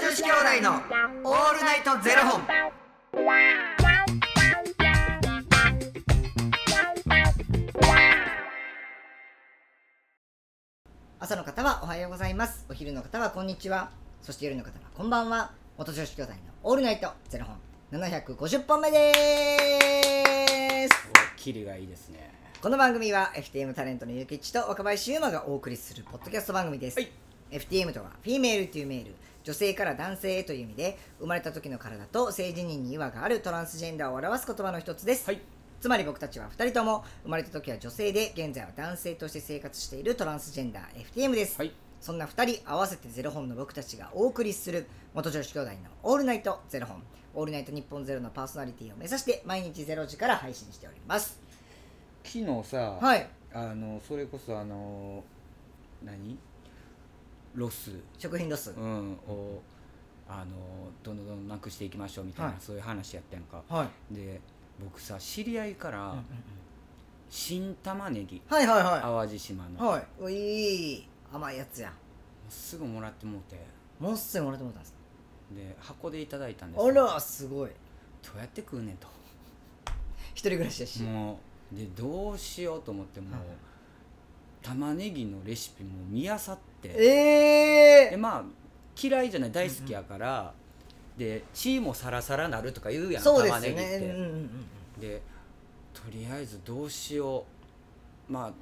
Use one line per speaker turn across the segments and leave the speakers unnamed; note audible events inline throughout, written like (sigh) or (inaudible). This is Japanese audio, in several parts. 子兄弟のオールナイトゼロ本。
朝の方はおはようございますお昼の方はこんにちはそして夜の方はこんばんは元女子兄弟のオールナイトゼロ本750本目です
キリがいいですね
この番組は FTM タレントのゆきちと若林優馬がお送りするポッドキャスト番組です、
はい
FTM とはフィメールというメール女性から男性へという意味で生まれた時の体と性自認に違和があるトランスジェンダーを表す言葉の一つです、
はい
つまり僕たちは2人とも生まれた時は女性で現在は男性として生活しているトランスジェンダー FTM です、
はい
そんな2人合わせてゼロ本の僕たちがお送りする元女子兄弟の「オールナイトゼロ本」「オールナイト日本ゼロのパーソナリティを目指して毎日ゼロ時から配信しております
昨日さ、
はい
あのそれこそあの何ロス、
食品ロス、
うん、をあのどんどんどんどんなくしていきましょうみたいな、
はい
そういう話やったやんか
はい
で僕さ知り合いから、
うんうんうん
新玉ねぎ
はいはいは
淡路島
い
の、
はいおいい甘いやつや
すぐもらってもうて
もうすぐもらってもらったんです
で箱でいただいたんです
あ
よ
らすごい
どうやって食うねんと
一人暮らしだし、
もうでどうしようと思ってもう
はい
玉ねぎのレシピも見漁って
え
で
え
まあ嫌いじゃない大好きやから、で血もサラサラなるとか言うやん
そうですよ
玉
ね
ねぎ
うんうん
って、
うんうん
でとりあえずどうしようまあ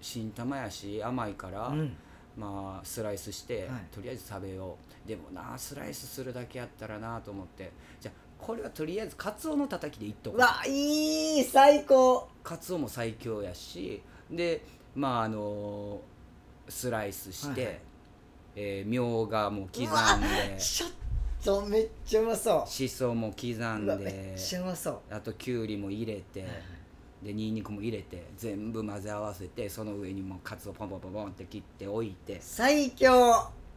新玉やし甘いから、
うん
まあスライスして、
はい
とりあえず食べようでもなスライスするだけやったらなと思ってじゃあこれはとりあえずカツオのたたきでいっとこ
う
う
わいい最高
カツオも最強やしでまああのスライスして、
はいはい
えーみょうがも刻ん
うわ
で
ちょっとめっちゃうまそ
しそも刻
ううんわ
で
めっちゃうまそう
あときゅうりも入れてでにんにくも入れて全部混ぜ合わせてその上にもうカツオポンポンポンポンって切っておいて
最強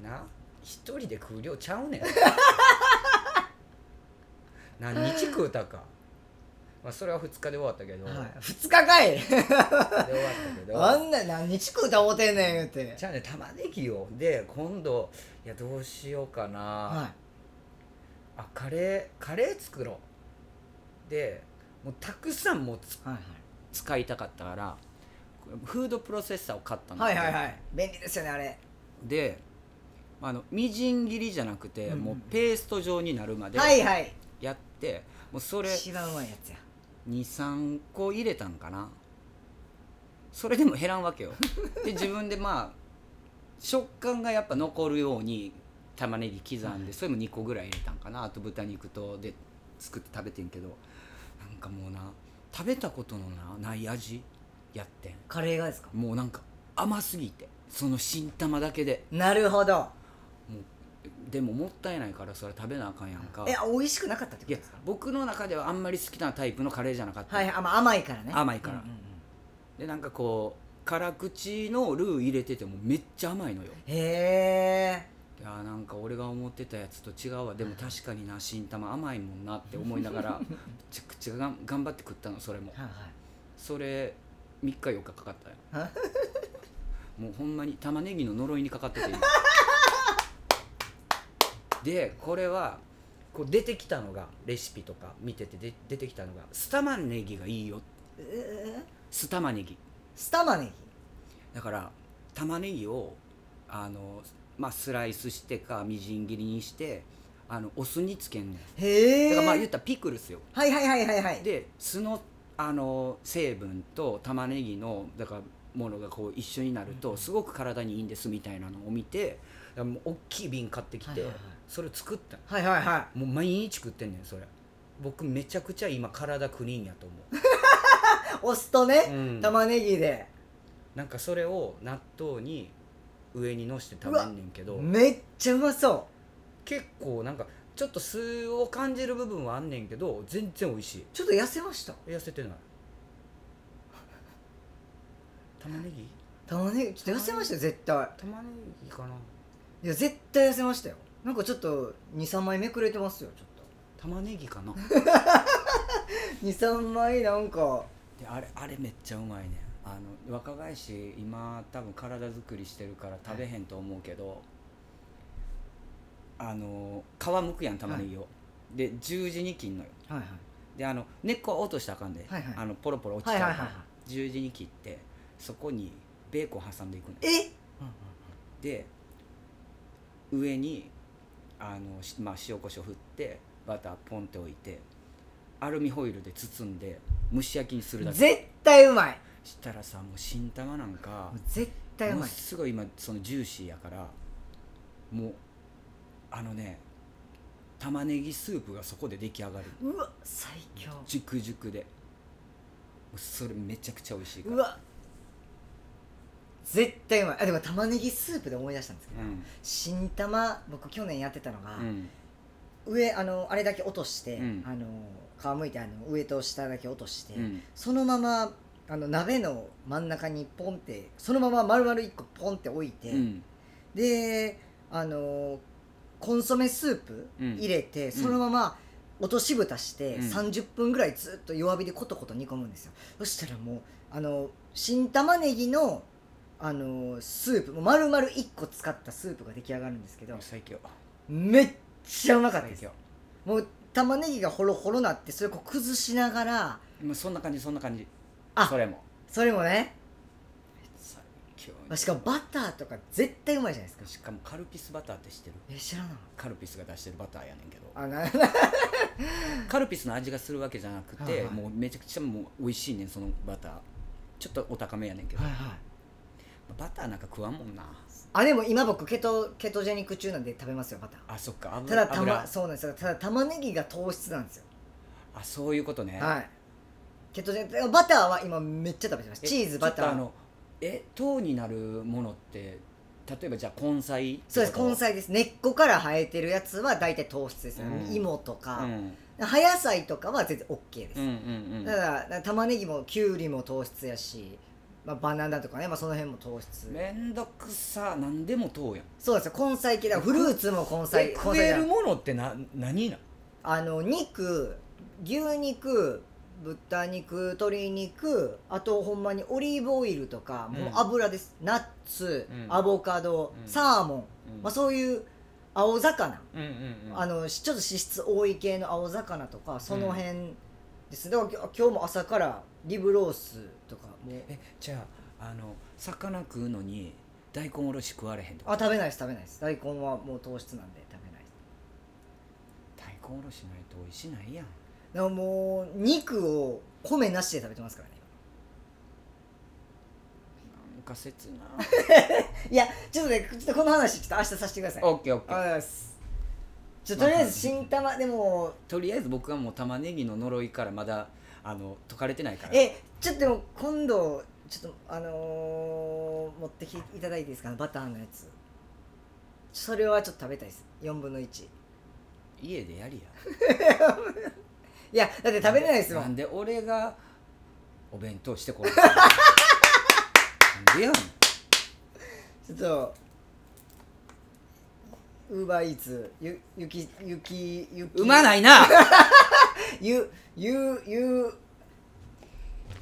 な一人で食う量ちゃ (laughs) うねん何日食うたかまあそれは2日で終わったけど、
はい二日かい
で終わったけど
あんな何日食うた思てんねん言うて
じゃあね玉ねぎをで今度いやどうしようかな、
は
あカレーカレー作ろうでもうたくさんもうつ
いはい
使いたかったからフードプロセッサーを買ったんだ
は
け
い
ど
はいはい便利ですよねあれ
であのみじん切りじゃなくて、
うんうん
もうペースト状になるまで
はいはい
やって、もうそれ
一番うまいやつや
23個入れたんかなそれでも減らんわ
(laughs)
けよで自分でまあ食感がやっぱ残るように玉ねぎ刻んでそれも2個ぐらい入れたんかなあと豚肉とで作って食べてんけどなんかもうな食べたことのなない味やってん
カレーがですか
もうなんか甘すぎてその新玉だけで
なるほど
でももったいないからそれ食べなあかんやんか
え美味しくなかったってこ
い
と
や
ですか
僕の中ではあんまり好きなタイプのカレーじゃなかった、
はいはいあまあ甘いからね
甘いから
うんうんうん
でなんかこう辛口のルー入れててもめっちゃ甘いのよ
へえ
いやーなんか俺が思ってたやつと違うわでも確かにな新玉甘いもんなって思いながら
(laughs)
めちゃくちゃがん頑張って食ったのそれも
はいは
それ3日4日かかったよもうほんまに玉ねぎの呪いにかかってて今でこれはこう出てきたのがレシピとか見ててで出てきたのが酢玉ねぎがいいよ
いえー
酢玉ねぎ
酢玉ね
だから玉ねぎをあの、まあ、スライスしてかみじん切りにしてあのお酢につけんねん
ぎへ
だ
え
からまあ言ったらピクルスよ
はいはいはいはいはい
で酢のあの成分と玉ねぎのだからものがこう一緒になる
うんう
と
ん
すごく体にいいんですみたいなのを見てだからもう大きい瓶買ってきて
はいはいはい
それを作った
はいはいはい
もう毎日食ってんねんそれ僕めちゃくちゃ今体クリーンやと思
お酢とね、
う、うん
玉ねぎで
なんかそれを納豆に上にのして食べんねんけど
めっちゃうまそ
結構なんかちょっと酢を感じる部分はあんねんけど全然美味しいう
ちょっと痩せました
痩せ
(laughs)
てない玉ねぎ
玉ねぎちょっと痩せましたよ絶対
玉ねぎかない
や絶対痩せましたよなんかちょっと23枚めくれてますよちょっ
玉ねぎかな
と23枚なんか
(laughs) であれあれめっちゃうまいねんあの若返し今多分体作りしてるから食べへんと思うけど、あの皮むくやん玉ねぎを、で十字に切んのよ
はいはい
であの根っこは落としたらあかんで、
はいはい
あのポロポロ落ちちゃうから、
はいはいはいは
十字に切ってそこにベーコン挟んでいくの
え
で上にあの、しまあ、塩コショウ振ってバターポンって置いてアルミホイルで包んで蒸し焼きにするだけ
絶対うまい
したらさもう新玉なんか
絶対う
も
ま
う
い
すごい今そのジューシーやからもうあのね玉ねぎスープがそこで出来上がる
うわ最強
熟熟でもうそれめちゃくちゃ美味しいから
うわ絶対うまいあでも玉ねぎスープで思い出したんですけど
うん
新玉僕去年やってたのが、
うん
上あのあれだけ落として、
うん
あの皮むいてあの上と下だけ落として、
うん
そのままあの鍋の真ん中にポンってそのまま丸々1個ポンって置いて、
うん
であのコンソメスープ
うん
入れて、そのまま落とし蓋して
うん
30分ぐらいずっと弱火でコトコト煮込むんですよ、そしたらもうあの新玉ねぎのあのスープもう丸々1個使ったスープが出来上がるんですけど
最強
めっちゃうまかったで
最
す
強
もう玉ねぎがホロホロなってそれをこう崩しながら
もうそんな感じそんな感じ
あ
それも
それもね
最強
しかもバターとか絶対うまいじゃないですか
しかもカルピスバターって知ってる
え知らない
カルピスが出してるバターやねんけど
あな
カルピスの味がするわけじゃなくて、
はいはい
もうめちゃくちゃもう美味しいねんそのバターちょっとお高めやねんけど、
はい
バターなんか食わんもんな
あでも今僕ケトケトジェニック中なんで食べますよバター
あそっか
た
油
だた
油
まそうなんですよただ玉ねぎが糖質なんですよ
あそういうことね、
はいケトジェニックバターは今めっちゃ食べてます
え
チーズバタ
ちょっとあ
ー
のえ糖になるものって例えばじゃあ根菜ってこと
そうです根菜です根っこから生えてるやつは大体糖質ですね、
うん
芋と
う
か
ん、、
葉野菜とかは全然 OK です、
うんうん
ただから玉ねぎもきゅうりも糖質やし、まあ、バナナとかね、まあ、その辺も糖質
うんめんどくさ何でも糖やん
そうなんですよ根菜系だからフルーツも根菜
え
根
食
菜
え
じゃな
る
い
ものってな何なん
あの肉牛肉豚肉鶏肉あとほんまにオリーブオイルとか、
うん
もう油ですナッツ、
うん
アボカド、
うん
サーモン、
うん
まあ、そういう青魚、
うんうんうん
あのしちょっと脂質多い系の青魚とかその辺です、だから今日も朝からリブロースとかもう
えじゃああの魚食うのに大根おろし食われへんとか
あ食べないです食べないです大根はもう糖質なんで食べないです
大根おろしないと美味しないやん
だからもう肉を米なしで食べてますからね
なんか切
(laughs)
な
いやちょっとねちょっとこの話ちょっと明日させてください
オッケーオッケ
ありがとうご
ー
ざいますちょとりあえず新玉でも
とりあえず僕はもう玉ねぎの呪いからまだあの解かれてないから
えちょっとでも今度ちょっとあのー持ってきていただいていいですかバターのやつそれはちょっと食べたいです4分の1い
家でやりや
やだって食べれないですも
なん
ん
で俺がお弁
(laughs)
当してこないなんでやん
ちょっとウーバーイーツゆゆきゆきゆき
うまないな
ゆゆゆ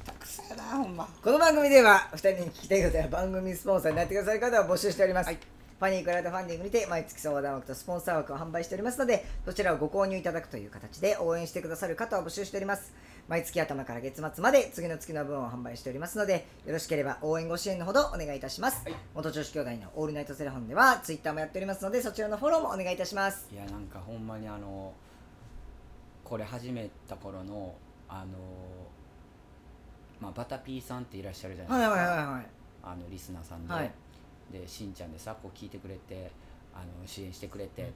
たくさんやなほんま
この番組では2人に聞きたいことや番組スポンサーになってくださる方を募集しております、
はい
ファニークラウドファンディングにて毎月相談枠とスポンサー枠を販売しておりますのでそちらをご購入いただくという形で応援してくださる方を募集しております毎月頭から月末まで次の月の分を販売しておりますのでよろしければ応援ご支援のほどお願いいたします、元女子兄弟のオールナイトセレホンではツイッターもやっておりますのでそちらのフォローもお願いいたします
いやなんかほんまにあのこれ始めた頃のあのまあバタピーさんっていらっしゃるじゃな
はいい
で
は
す
い
か、
はいはい
あのリスナーさんで,、
はい
でしんちゃんでさこう聞いてくれてあの支援してくれて、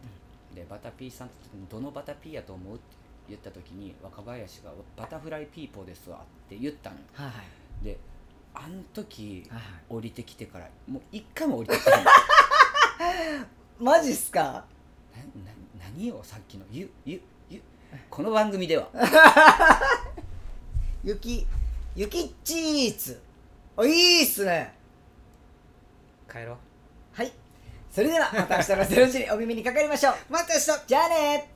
でバタピーさんってどのバタピーやと思うって言った時に若林が「バタフライピーポーですわ」って言ったのよ
はいはい
であの時
はいはい
降りてきてからもう一回も降りてきてない (laughs) な
マジっすか
な何をさっきの「ゆゆゆこの番組では
ゆきゆきチーズあいいっすね
(laughs) 帰ろう
(laughs) はい。それではまた明日の0時にお耳にかかりましょう。また明日じゃあね